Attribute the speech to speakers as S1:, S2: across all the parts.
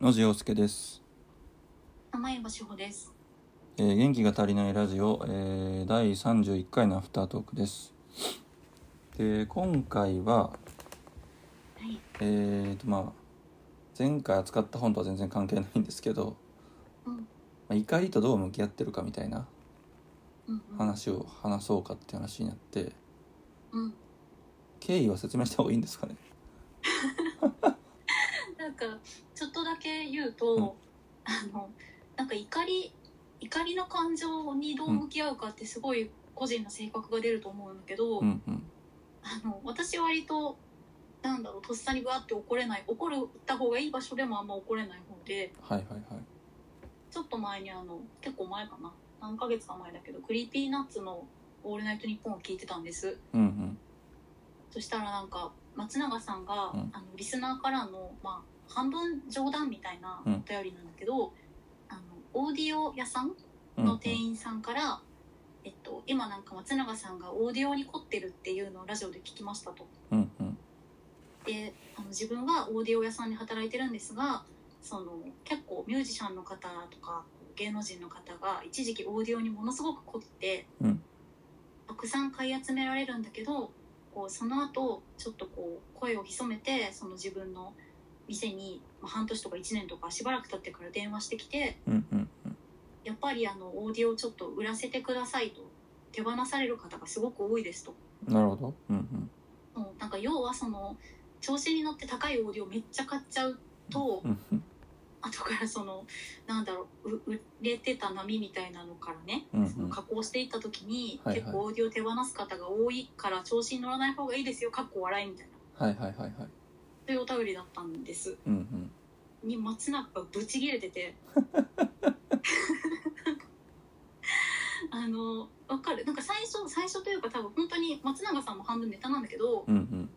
S1: 野次陽介です、
S2: 甘い志保です。
S1: えー元気が足りないラジオ、えー、第31回のアフタートークですで今回は
S2: はい。
S1: えー、とまあ前回扱った本とは全然関係ないんですけど、
S2: うん
S1: まあ、怒りとどう向き合ってるかみたいな
S2: うん、うん。
S1: 話を話そうかって話になって
S2: うん。
S1: 経緯は説明した方がいいんですかね
S2: なんか、ちょっとだけ言うと、
S1: うん
S2: あの、なんか怒り、怒りの感情にどう向き合うかってすごい個人の性格が出ると思うんだけど、
S1: うんうん
S2: あの、私割と、なんだろう、とっさにわって怒れない、怒るった方がいい場所でもあんま怒れない方で、
S1: はいはいはい
S2: ちょっと前にあの、結構前かな、何ヶ月か前だけど、クリーピーナッツのオールナイトニッポンを聞いてたんです。
S1: うん
S2: そしたらなんか松永さんが、
S1: うん
S2: あのリスナーからの、まあ、半分冗談みたいなお
S1: うん
S2: 便りなんだけど、あのオーディオ屋さん
S1: うんうんうん
S2: の店員さんから、えっと、今なんか松永さんがオーディオに凝ってるっていうのをラジオで聞きましたと。
S1: うんうん
S2: であの自分はオーディオ屋さんで働いてるんですがその結構ミュージシャンの方とか芸能人の方が一時期オーディオにものすごく凝って、
S1: うん
S2: たくさん買い集められるんだけどこうその後ちょっとこう声を潜めてその自分の店に、まあ、半年とか1年とかしばらく経ってから電話してきて
S1: うんうんうん
S2: やっぱりあのオーディオをちょっと売らせてくださいと手放される方がすごく多いですと。
S1: なるほどうんうん
S2: もうなんか要はその調子に乗って高いオーディオめっちゃ買っちゃうと、
S1: うんうん
S2: 後からそのなんだろうう売れてた波みたいなのからね、
S1: うんうん
S2: その加工していった時に、
S1: はいはい
S2: 結構オーディオ手放す方が多いから調子に乗らない方がいいですよかっこ笑いみたいな
S1: はいはいはいはい
S2: というお便りだったんです
S1: うんうん
S2: に松永がブチ切れ ててあのわかるなんか最初最初というか多分本当に松永さんも半分ネタなんだけど、
S1: うんうん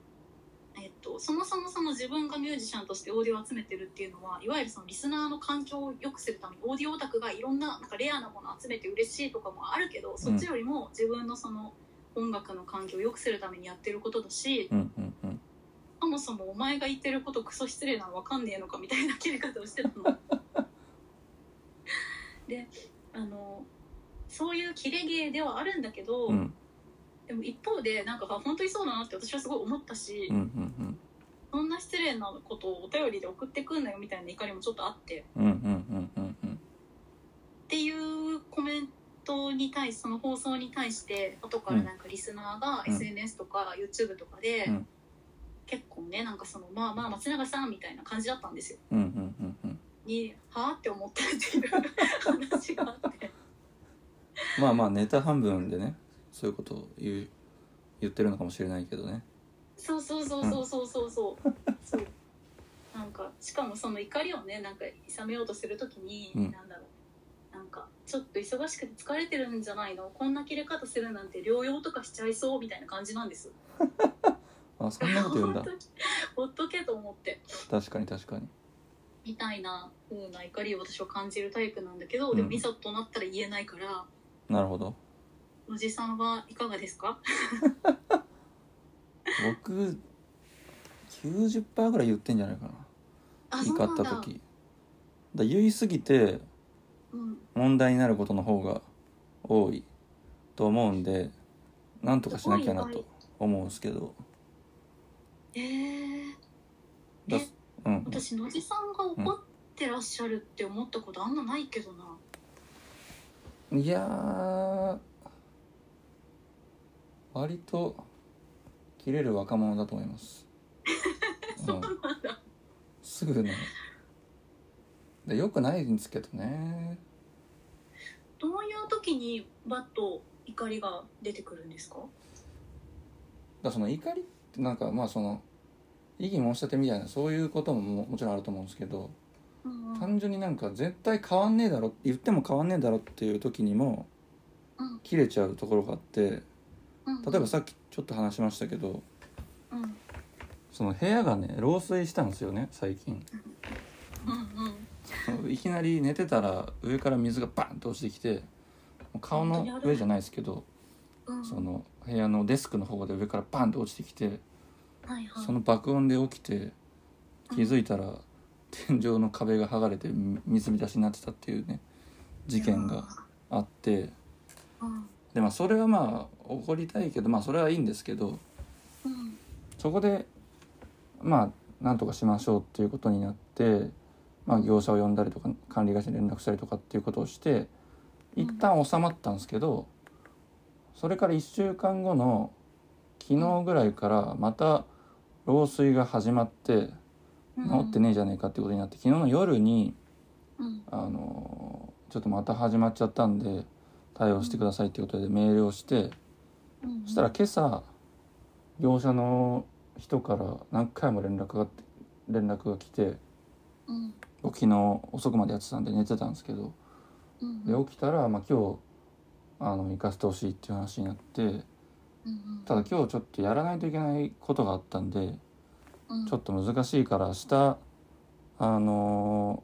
S2: えっと、そもそもその自分がミュージシャンとしてオーディオを集めてるっていうのはいわゆるそのリスナーの環境を良くするためにオーディオオタクがいろんななんかレアなものを集めて嬉しいとかもあるけどそっちよりも自分のその音楽の環境を良くするためにやってることだし
S1: うんうんうん
S2: そもそもお前が言ってることクソ失礼なの分かんねえのかみたいな切れ方をしてた の。であのそういう切れ芸ではあるんだけど、
S1: うん
S2: でも一方でなんかあ本当にそうだなって私はすごい思ったし。
S1: うんうん
S2: そんな失礼なことをお便りで送ってくんなよみたいな怒りもちょっとあって
S1: うんうんうんうんうん
S2: っていうコメントに対しその放送に対して後からなんかリスナーが
S1: うん
S2: SNS とか YouTube とかで、
S1: うん
S2: 結構ねなんかそのまあまあ松永さんみたいな感じだったんですよ。
S1: うんうんうんうん
S2: にはあって思ったっていう話があって
S1: まあまあネタ半分でねそういうことを言う言ってるのかもしれないけどね
S2: そうそうそうそうそうそうそうそうなんかしかもその怒りをねなんかいさめようとするときに、
S1: うん
S2: なんだろうなんかちょっと忙しくて疲れてるんじゃないのこんな切れ方するなんて療養とかしちゃいそうみたいな感じなんです
S1: あそんなこと言うんだ
S2: 本当に ほっとけと思って
S1: 確かに確かに
S2: みたいな風な怒りを私は感じるタイプなんだけど、
S1: うん
S2: でもいざとなったら言えないから
S1: なるほど
S2: 野地さんはいかがですか
S1: 僕90%ぐらい言ってんじゃないかな
S2: あそう
S1: 怒
S2: なん
S1: った
S2: だ
S1: 時だ言いすぎて
S2: うん
S1: 問題になることの方が多いと思うんでなんとかしなきゃな
S2: すごい
S1: と思うんですけど
S2: えー、
S1: だ
S2: え
S1: うん
S2: 私野地さんが怒ってらっしゃるって思ったことあんまないけどな、
S1: いやー割と切れる若者だと思い ます、
S2: そう
S1: うん
S2: なんだ。
S1: すぐねでよくないんですけどね
S2: どういう時にバッと怒りが出てくるんですか？
S1: だからその怒りってなんかまあその異議申し立てみたいなそういうこともももちろんあると思うんですけど
S2: うんうん。
S1: 単純になんか絶対変わんねえだろ言っても変わんねえだろっていう時にも
S2: うん
S1: 切れちゃうところがあって
S2: うん
S1: 例えばさっきちょっと話しましたけど
S2: うんうん
S1: その部屋がね漏水したんですよね最近。
S2: うん。
S1: いきなり寝てたら上から水がバンと落ちてきてもう顔の上じゃないですけど
S2: うん、
S1: その部屋のデスクの方で上からバンと落ちてきて
S2: はいはい、
S1: その爆音で起きて気づいたら天井の壁が剥がれてみ水浸しになってたっていうね事件があって
S2: うん
S1: でまあそれはまあ怒りたいけどまあそれはいいんですけど
S2: うん
S1: そこでまあなんとかしましょうっていうことになって、まあ、業者を呼んだりとか管理会社に連絡したりとかっていうことをして一旦収まったんですけどそれから1週間後の昨日ぐらいからまた漏水が始まって
S2: うん
S1: 治ってねえじゃねえかってことになって昨日の夜に
S2: うん
S1: あのちょっとまた始まっちゃったんで対応してくださいってことでメールをして
S2: うん
S1: そしたら今朝業者の人から何回も連絡が連絡が来て
S2: うん
S1: 僕昨日遅くまでやってたんで寝てたんですけど
S2: うん
S1: で起きたら、まあ、今日あの行かせてほしいっていう話になって
S2: うん
S1: ただ今日ちょっとやらないといけないことがあったんで
S2: うん
S1: ちょっと難しいから明日あの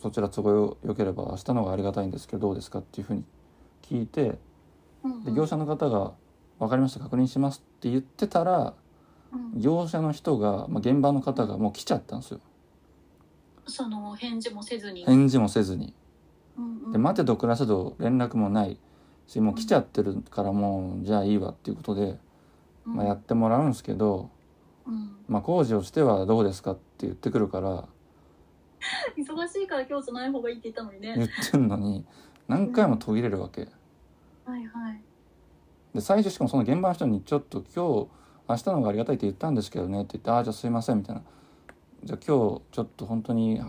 S1: そちら都合よければ明日の方がありがたいんですけどどうですかっていうふうに聞いて
S2: うん
S1: で業者の方が「分かりました確認します」って言ってたら
S2: うん
S1: 業者の人が、まあ、現場の方がもう来ちゃったんですよ
S2: その返事もせずに
S1: 返事もせずに
S2: うんうん
S1: で待てど暮らせど連絡もないしもう来ちゃってるからもうじゃあいいわっていうことで、まあ、やってもらうんですけど、
S2: うん
S1: まあ、工事をしてはどうですかって言ってくるから
S2: 忙しいから今日じゃない方がいいって言ったのに
S1: 言
S2: ね
S1: ってんのに何回も途切れるわけ
S2: はいはい
S1: で最初しかもその現場の人に「ちょっと今日明日の方がありがたいって言ったんですけどね」って言って「ああじゃあすいません」みたいな「じゃあ今日ちょっと本当に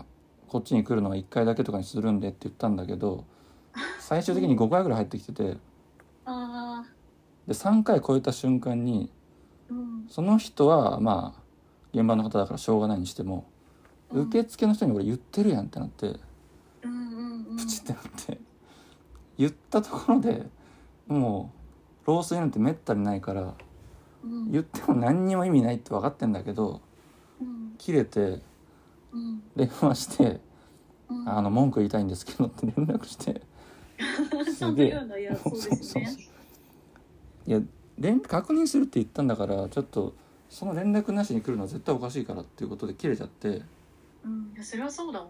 S1: こっちに来るのが1回だけとかにするんで」って言ったんだけ ど最終的に5回ぐらい入ってきてて
S2: ああ
S1: で3回超えた瞬間に
S2: うん
S1: その人はまあ現場の方だからしょうがないにしても
S2: うん
S1: 受付の人に「俺言ってるやん」ってなって
S2: うんうんうん
S1: プチってなって言ったところでもう漏水なんてめったにないから。
S2: うん
S1: 言っても何にも意味ないって分かってんだけど
S2: うん
S1: 切れて
S2: うん
S1: 電話して「
S2: うん
S1: あの文句言いたいんですけど」って連絡して
S2: ちゃんと言うんだいやそうです
S1: そう
S2: ね
S1: いや連確認するって言ったんだからちょっとその連絡なしに来るのは絶対おかしいからっていうことで切れちゃって
S2: うんいやそれはそうだわ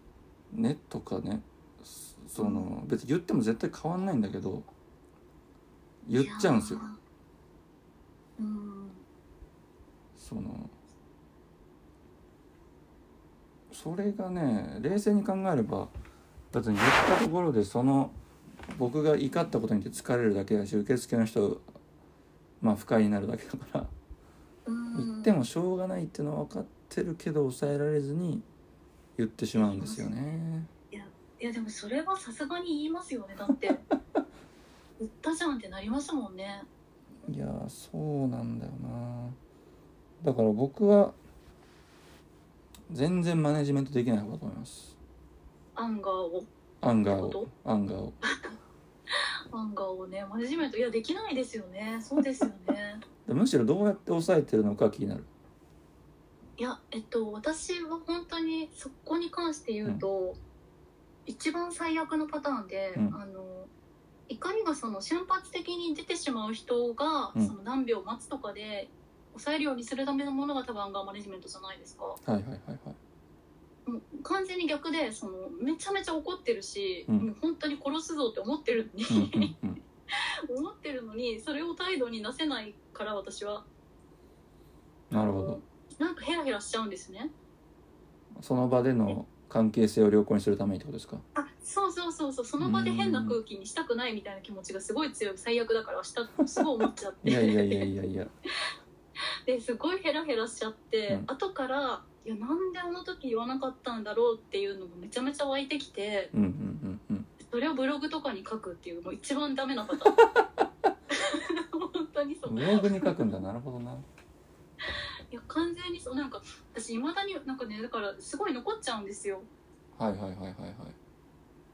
S1: 「ね」とかねそその別に言っても絶対変わんないんだけど言っちゃうんですよ
S2: いやーうん
S1: そのそれがね冷静に考えれば別に言ったところでその僕が怒ったことによって疲れるだけだし受付の人まあ不快になるだけだから
S2: うん
S1: 言ってもしょうがないっていうのは分かってるけど抑えられずに言ってしまうんですよね。
S2: いやでもそれはさすがに言いますよねだって言ったじゃんってなりますもんね
S1: いやーそうなんだよなだから僕は全然マネジメントできない方だと思います
S2: アンガーを
S1: アンガー
S2: なるほ
S1: をアンガーを
S2: アンガーをねマネジメントいやできないですよねそうですよね
S1: でむしろどうやって抑えてるのか気になる
S2: いやえっと私は本当にそこに関して言うと、一番最悪のパターンで、
S1: うん
S2: あの怒りがその瞬発的に出てしまう人が、
S1: うん
S2: その何秒待つとかで抑えるようにするためのものが多分アンガーマネジメントじゃないですか。
S1: はいはいはいはい
S2: もう完全に逆でそのめちゃめちゃ怒ってるし、
S1: うん
S2: もう本当に殺すぞって思ってるの
S1: うんう
S2: に、
S1: んうん
S2: 思ってるのにそれを態度に出せないから私は
S1: なるほど
S2: なんかヘラヘラしちゃうんですね
S1: その場での関係性を良好にするためにってことですか
S2: あそうそうそうそうその場で変な空気にしたくないみたいな気持ちがすごい強い最悪だからしたすごい思っちゃって
S1: いやいやいやいやいや
S2: ですごいヘラヘラしちゃって、
S1: うん
S2: 後からいやなんであの時言わなかったんだろうっていうのがめちゃめちゃ湧いてきて
S1: うんうんうんうん
S2: それをブログとかに書くっていうもう一番ダメなパターン 本当にそう
S1: ブログに書くんだなるほどない
S2: や完全にそうなんか私いまだになんかねだからすごい残っちゃうんですよ
S1: はいはいはいはいはい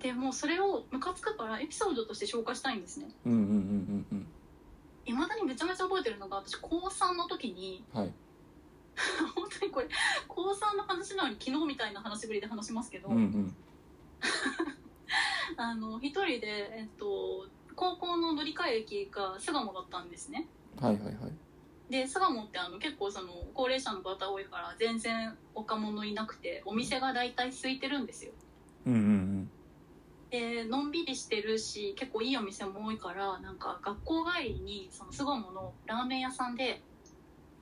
S2: でもうそれをムカつくからエピソードとして消化したいんですね
S1: うんうんうんうん
S2: いまだにめちゃめちゃ覚えてるのが私高3の時に
S1: うんはい
S2: 本当にこれ高3の話なのに昨日みたいな話ぶりで話しますけど、
S1: うんうん
S2: あの一人で、えっと、高校の乗り換え駅が巣鴨だったんですね
S1: はいはいはい
S2: で巣鴨ってあの結構その高齢者の方多いから全然若者いなくてお店が大体空いてるんですよ
S1: うんうん
S2: でのんびりしてるし結構いいお店も多いからなんか学校帰りにその巣鴨のラーメン屋さんで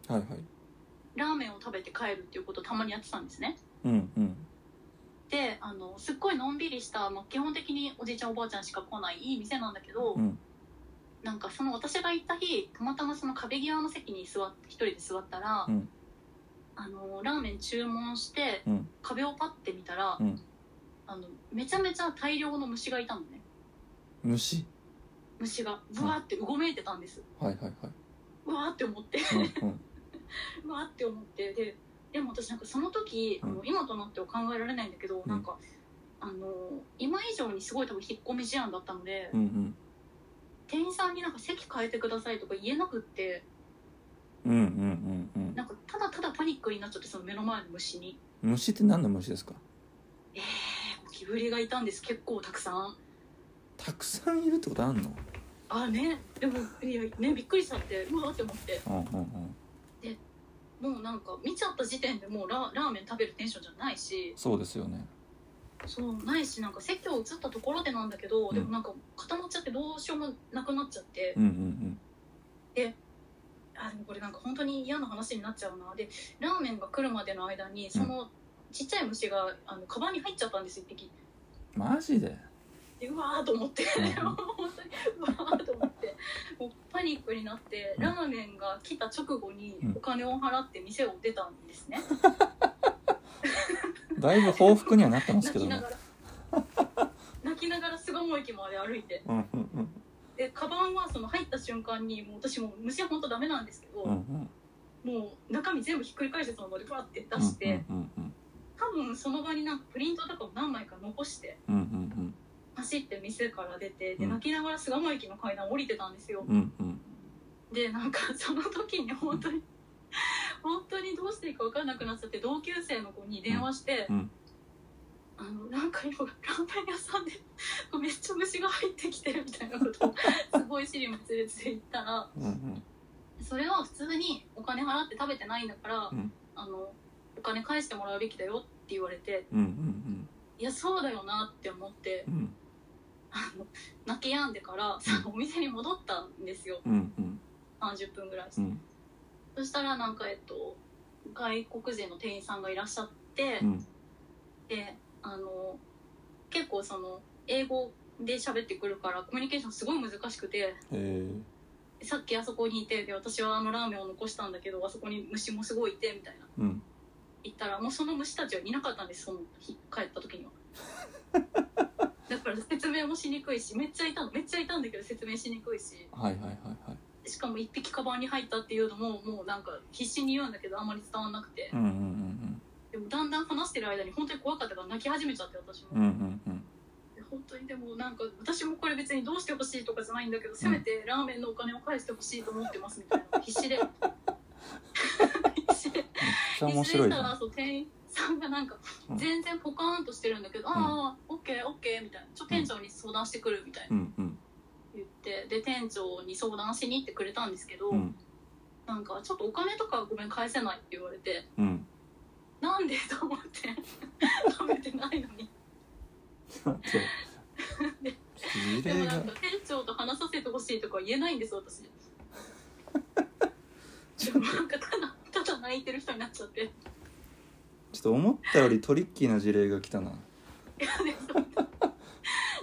S1: うんはいはい
S2: ラーメンを食べて帰るっていうことをたまにやってたんですね
S1: うんうん
S2: であのすっごいのんびりした、まあ、基本的におじいちゃんおばあちゃんしか来ないいい店なんだけど、
S1: うん
S2: なんかその私が行った日たまたまその壁際の席に座って一人で座ったら、
S1: うん
S2: あのラーメン注文して、
S1: うん
S2: 壁をパッて見たら、
S1: うん
S2: あのめちゃめちゃ大量の虫がいたのね
S1: 虫
S2: 虫がぶわーってうごめいてたんです、
S1: はいはいは
S2: うわーって思って
S1: いうんうん
S2: うわーって思ってででも私なんかその時、あ
S1: う
S2: の今となっては考えられないんだけど、
S1: ん
S2: なんかあの今以上にすごい多分引っ込み思案だったので、
S1: うん
S2: 店員さんになんか席変えてくださいとか言えなくって
S1: うんうんうんうん
S2: なんかただただパニックになっちゃってその目の前の虫に。
S1: うん虫って何の虫ですか
S2: えー、ゴキブリがいたんです結構たくさん
S1: たくさんいるってことあんの
S2: あねでもいやねびっくりしちゃってうわーって思って
S1: うんうんうん
S2: もうなんか見ちゃった時点でもうララーメン食べるテンションじゃないし
S1: そうですよね
S2: そうないしなんか席を移ったところでなんだけど、
S1: うん
S2: でもなんか固まっちゃってどうしようもなくなっちゃって、
S1: うんうん
S2: あでもこれなんか本当に嫌な話になっちゃうなでラーメンが来るまでの間にそのちっちゃい虫があのカバンに入っちゃったんです一匹
S1: うんマジで
S2: でうわーと思って
S1: うん
S2: 本当にうわーと思ってもうパニックになって
S1: うん
S2: ラーメンが来た直後に
S1: うん
S2: お金を払って店を出たんですね、
S1: だいぶ報復にはなってますけど
S2: 泣き
S1: ね
S2: ながら 泣きながら巣鴨駅まで歩いて
S1: うんうんうん
S2: でカバンはその入った瞬間にもう私もう虫は本当ダメなんですけど、
S1: うんうん
S2: もう中身全部ひっくり返してその場でバーって出して、
S1: うんうん
S2: 多分その場になんかプリントとかも何枚か残して
S1: うんうん
S2: 走って店から出てで
S1: うん
S2: 泣きながら巣鴨駅の階段降りてたんですよ、
S1: うんうんうん
S2: でなんか その時に本当に本当にどうしていいか分かんなくなっちゃって同級生の子に電話して「
S1: うん
S2: あのなんか今ラーメン屋さんで めっちゃ虫が入ってきてる」みたいなことを すごい尻滅裂で言ったら
S1: うんうん
S2: それは普通にお金払って食べてないんだから、
S1: うん
S2: あのお金返してもらうべきだよって言われて
S1: うんうん
S2: いやそうだよなって思って
S1: うんうん
S2: あの泣き止んでからそ のお店に戻ったんですよ
S1: うんうん
S2: 30分ぐらいして
S1: う。ん
S2: そしたらなんかえっと外国人の店員さんがいらっしゃって、
S1: うん
S2: であの結構その英語で喋ってくるからコミュニケーションすごい難しくて
S1: え
S2: さっきあそこにいてで私はあのラーメンを残したんだけどあそこに虫もすごいいてみたいな
S1: ーうん
S2: 言ったらもうその虫たちはいなかったんですその日帰った時に は。だから説明もしにくいしめっちゃいたのめっちゃいたんだけど説明しにくいし
S1: はいはいはいはい
S2: しかも一匹カバンに入ったっていうのももうなんか必死に言うんだけどあんまり伝わんなくて
S1: うんうん
S2: でもだんだん話してる間に本当に怖かったから泣き始めちゃって私も、
S1: うんうんうんうん
S2: 本当にでもなんか私もこれ別にどうしてほしいとかじゃないんだけど、せめてラーメンのお金を返してほしいと思ってますみたい な必死で必死で
S1: めっちゃ面白い
S2: 必死でし
S1: じ
S2: た
S1: ゃん
S2: らそう店員さんがなんか
S1: うん
S2: 全然ポカーンとしてるんだけど、ああオッケーオッケーみたいなちょ店長に相談してくるみたいな
S1: うんうん
S2: 言ってで店長に相談しに行ってくれたんですけど、
S1: うん
S2: なんかちょっとお金とかごめん返せないって言われて
S1: うん
S2: なんでと思って 食べてないのに
S1: 待って事
S2: でも
S1: 例
S2: な
S1: が
S2: んか店長と話させてほしいとか言えないんです 私
S1: ち
S2: で
S1: ょっ
S2: もなんかただただ泣いてる人になっちゃって
S1: と思ったよりトリッキーな事例が来たな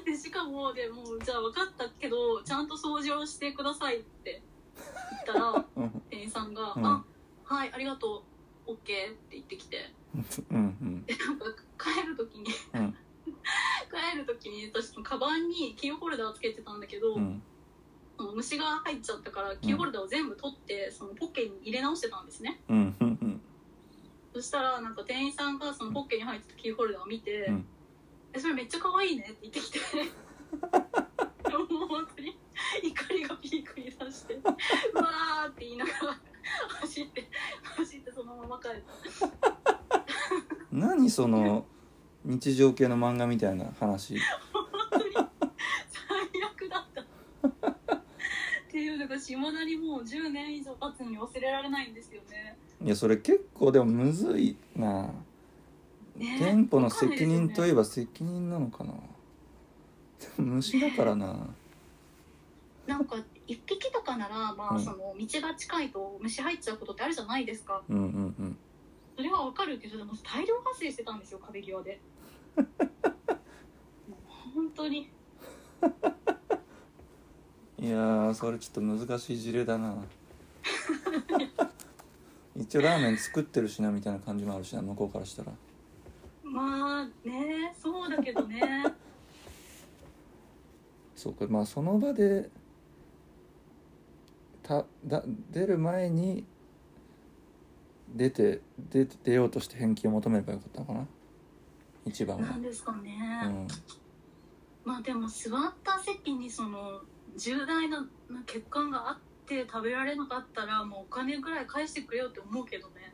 S2: でしかもでもうじゃあ分かったけどちゃんと掃除をしてくださいって言った ら
S1: うん
S2: 店員さんが「
S1: うん
S2: あはいありがとう OK」って言ってきて
S1: うん
S2: でなんか 帰る時に
S1: うんうん
S2: 帰る時に私のカバンにキーホルダーつけてたんだけど、
S1: うん
S2: その虫が入っちゃったからキーホルダーを全部取ってそのポッケに入れ直してたんですね。
S1: うんうんうん
S2: そしたらなんか店員さんがそのポッケに入ってたキーホルダーを見て「
S1: うん
S2: えそれめっちゃ可愛いね」って言っ てきてもう本当に怒りがピークに出して「うわー」って言いながら走って走ってそのまま帰った
S1: 何その日常系の漫画みたいな話
S2: 最悪だったっていうのが私いまだにもう10年以上経つのに忘れられないんですよね。
S1: いやそれ結構でもむずいな
S2: ね
S1: 店舗の
S2: わかんないで
S1: 責
S2: すよね
S1: 任といえば責任なのかなでも虫だからな
S2: なんか一匹とかなら、ま
S1: う
S2: あ、
S1: ん
S2: その道が近いと虫入っちゃうことってあるじゃないですか。
S1: うんうんうん
S2: それはわかるけど、でも大量発生してたんですよ、壁際で。もう本当に。
S1: いやーそれちょっと難しい事例だな一応ラーメン作ってるしなみたいな感じもあるしな向こうからしたら
S2: まあね、そうだけ どね。
S1: そうかまあその場でただ出る前に出て出て出ようとして返金を求めればよかったのかな一番
S2: なん
S1: は、
S2: ですかね。
S1: うん、
S2: まあでも座った席にその重大な欠陥があって食べられなかったらもうお金ぐらい返してくれよって思うけどね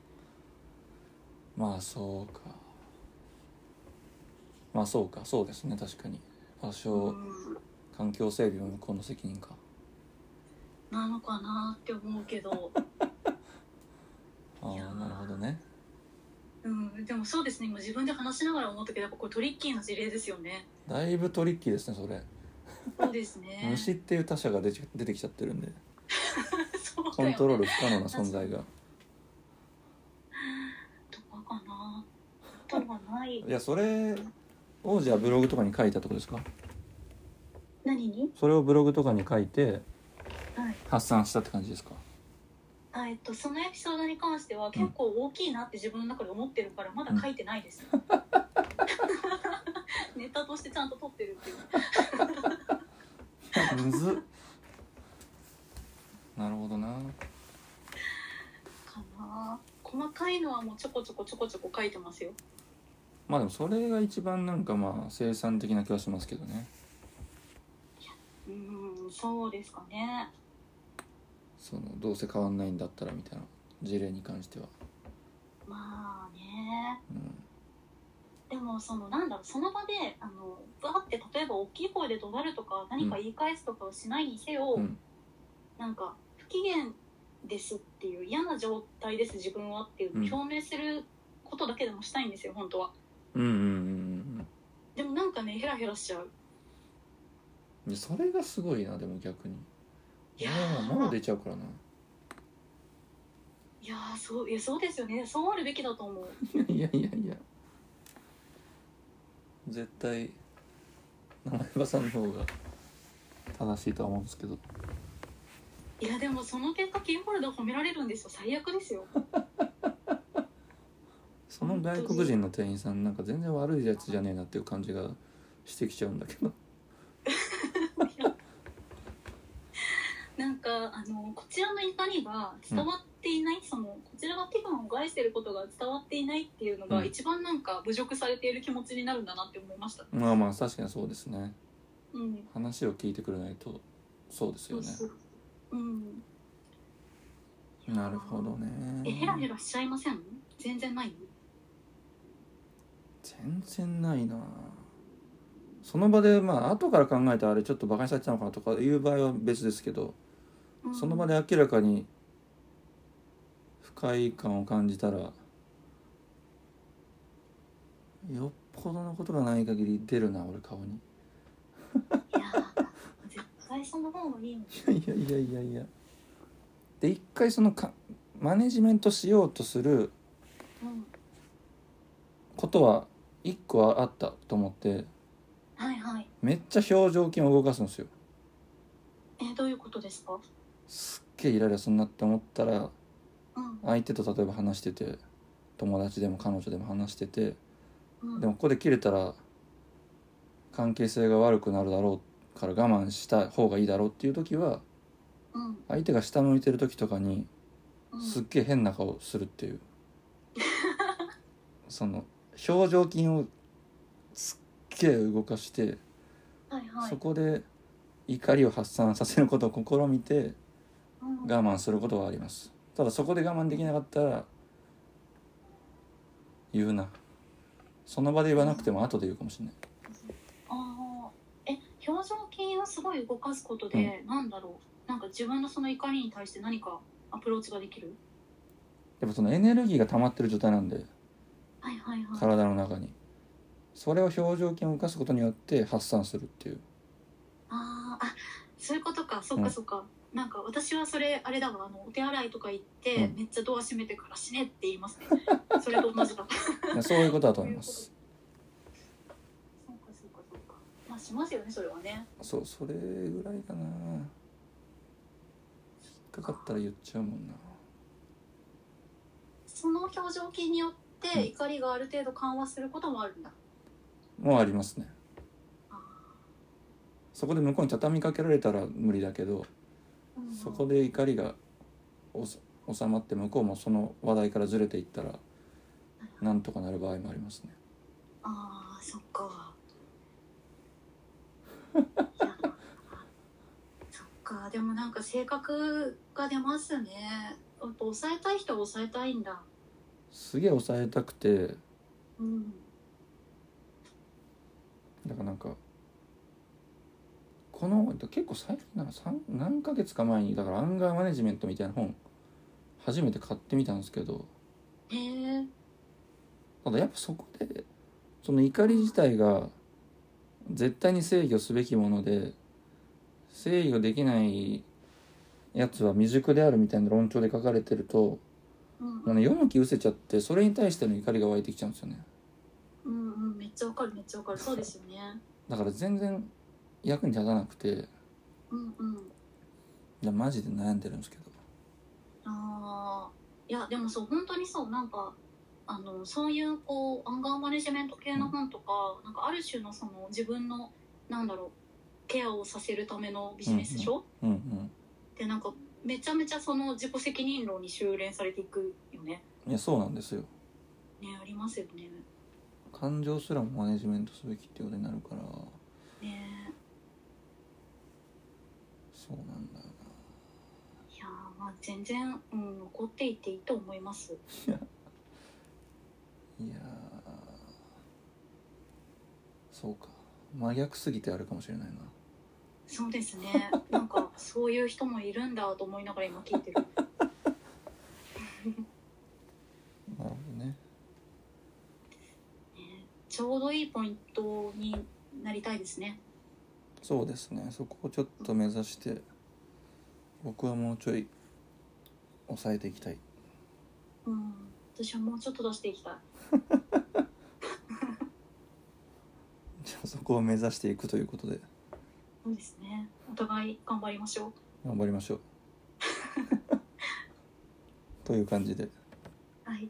S1: まあそうかまあそうかそうですね確かに多
S2: う
S1: 少
S2: ん
S1: 環境整備も向こうの責任か
S2: なのかなって思うけど、
S1: あ
S2: いや
S1: あ
S2: ー
S1: なるほどね
S2: うん、でもそうですね今自分で話しながら思ったけどやっぱこれトリッキーな事例ですよね
S1: だいぶトリッキーですねそれ
S2: そうですね
S1: 虫っていう他者が出ち出てきちゃってるんで
S2: そうだよ
S1: コントロール不可能な存在が
S2: とかかなとかない
S1: いやそれをじゃあブログとかに書いたとこですか
S2: 何に
S1: それをブログとかに書いて
S2: はい
S1: 発散したって感じですか
S2: あえっと、そのエピソードに関しては結構大きいなって自分の中で思ってるからまだ書いてな いです、ネタとしてちゃんと撮ってるっていう
S1: むずっなるほどな
S2: かな細かいのはもうちょこちょこちょこちょこ書いてますよ
S1: まあでもそれが一番なんかまあ生産的な気はしますけどね
S2: うーんそうですかね
S1: そのどうせ変わんないんだったらみたいな事例に関しては、
S2: まあね
S1: うん、
S2: でもそのなんだろうその場であのバーって例えば大きい声で怒鳴るとか何か言い返すとかをしないにせよ、
S1: うん
S2: なんか不機嫌ですっていう嫌な状態です自分はっていう
S1: うん
S2: 表明することだけでもしたいんですよ本当は
S1: うんうんうん
S2: でもなんかねヘラヘラしちゃう
S1: うんいやそれがすごいなでも逆に
S2: いや
S1: 俺は
S2: ー
S1: もう出ちゃうからない
S2: やーそういやそうですよねそうあるべきだと思う
S1: いやいやいや絶対名前場さんの方が正しいとは思うんですけど
S2: いやでもその結果キーホルダー褒められるんですよ最悪ですよ
S1: その外国人の店員さんなんか全然悪いやつじゃねえなっていう感じがしてきちゃうんだけど
S2: なんかあのこちらの怒りが伝わっていない、そのこちらが気分を害してることが伝わっていないっていうの
S1: う
S2: が
S1: ん
S2: 一番なんか侮辱されている気持ちになるんだなって思いました
S1: まあまあ確かにそうですね
S2: うん
S1: 話を聞いてくれないとそうです
S2: そ
S1: よ
S2: う
S1: ね
S2: そううん
S1: なるほど
S2: えヘラヘ
S1: ね
S2: ラしちゃいません全然ない
S1: 全然ないなその場でまあ後から考えたらあれちょっとバカにされてたのかなとかいう場合は別ですけど
S2: うん
S1: その場で明らかに不快感を感じたらよっぽどのことがない限り出るな俺顔に
S2: いやー絶対その方がいいの
S1: いやいやいやいやいやで一回そのかマネジメントしようとする
S2: うん
S1: ことは一個はあったと思って
S2: はいはい
S1: めっちゃ表情筋を動かすんですよ
S2: えーどういうことですか
S1: すっげえイライラすんなって思ったら
S2: うん
S1: 相手と例えば話してて友達でも彼女でも話してて
S2: うん
S1: でもここで切れたら関係性が悪くなるだろうから我慢した方がいいだろうっていう時は
S2: うん
S1: 相手が下向いてる時とかに
S2: うん
S1: すっげえ変な顔するっていう、 その表情筋をすっげえ動かして、
S2: はいはい
S1: そこで怒りを発散させることを試みて
S2: うん
S1: 我慢することはありますただそこで我慢できなかったら言うなその場で言わなくても後で言うかもしれない
S2: ああえ表情筋をすごい動かすことで、なんだろうなんか自分のその怒りに対して何かアプローチができる
S1: やっぱそのエネルギーが溜まってる状態なんで
S2: はいはいはい
S1: 体の中にそれを表情筋を動かすことによって発散するって いう
S2: あーあそういうことかそっ
S1: う
S2: か
S1: ん
S2: そっか、なんか私はそれあれだわあのお手洗いとか行って、
S1: うん
S2: めっちゃドア閉めてから死ねって言いますねそれと同じだ
S1: いやそういうことだと思います
S2: そうかそうかそうかまあしますよねそれはね
S1: そうそれぐらいかな引っかかったら言っちゃうもんな
S2: その表情筋によっ
S1: うん
S2: て怒りがある程度緩和することもあるんだ、
S1: もうありますね
S2: あ
S1: そこで向こうに畳みかけられたら無理だけど
S2: ーうん
S1: そこで怒りがおさ収まって向こうもその話題からずれていったらなんとかなる場合もありますね
S2: ああそっ かそっかでもなんか性格が出ますねやっぱ抑えたい人は抑えたいんだ
S1: すげえ抑えたくて
S2: うん
S1: だからなんかこの結構最近なんか三何ヶ月か前にだからアンガーマネジメントみたいな本初めて買ってみたんですけど
S2: へえ
S1: ただやっぱそこでその怒り自体が絶対に制御すべきもので制御できないやつは未熟であるみたいな論調で書かれてると
S2: うん
S1: もうね読む気失せちゃってそれに対しての怒りが湧いてきちゃうんですよね
S2: うんうんめっちゃわかるめっちゃわかるそうですよね
S1: だから全然役に立たなくて
S2: うんうん
S1: いやマジで悩んでるんですけど
S2: ああいやでもそう本当にそうなんかあのそういうこうアンガーマネジメント系の本とか、なんかある種のその自分のなんだろうケアをさせるためのビジネス書、
S1: うんうん
S2: でなんかめちゃめちゃその自己責任論に修練されていくよね
S1: いやそうなんですよ
S2: ねありますよね
S1: 感情すらもマネジメントすべきってことになるから
S2: ね
S1: そうなんだよ
S2: いやーまあ全然、うん、怒っていていいと思います
S1: ないやーそうか真逆すぎてあるかもしれないな
S2: そうです ねなんかそういう人もいるんだと思いながら今聞いてる
S1: なるほどね
S2: ちょうどいいポイントになりたいですね
S1: そうですねそこをちょっと目指して僕はもうちょい抑えていきたい
S2: うん私はもうちょっと出していきたい
S1: じゃあそこを目指していくということで
S2: そうですねお互い頑張りましょ う
S1: 頑張りましょうという感じで
S2: はい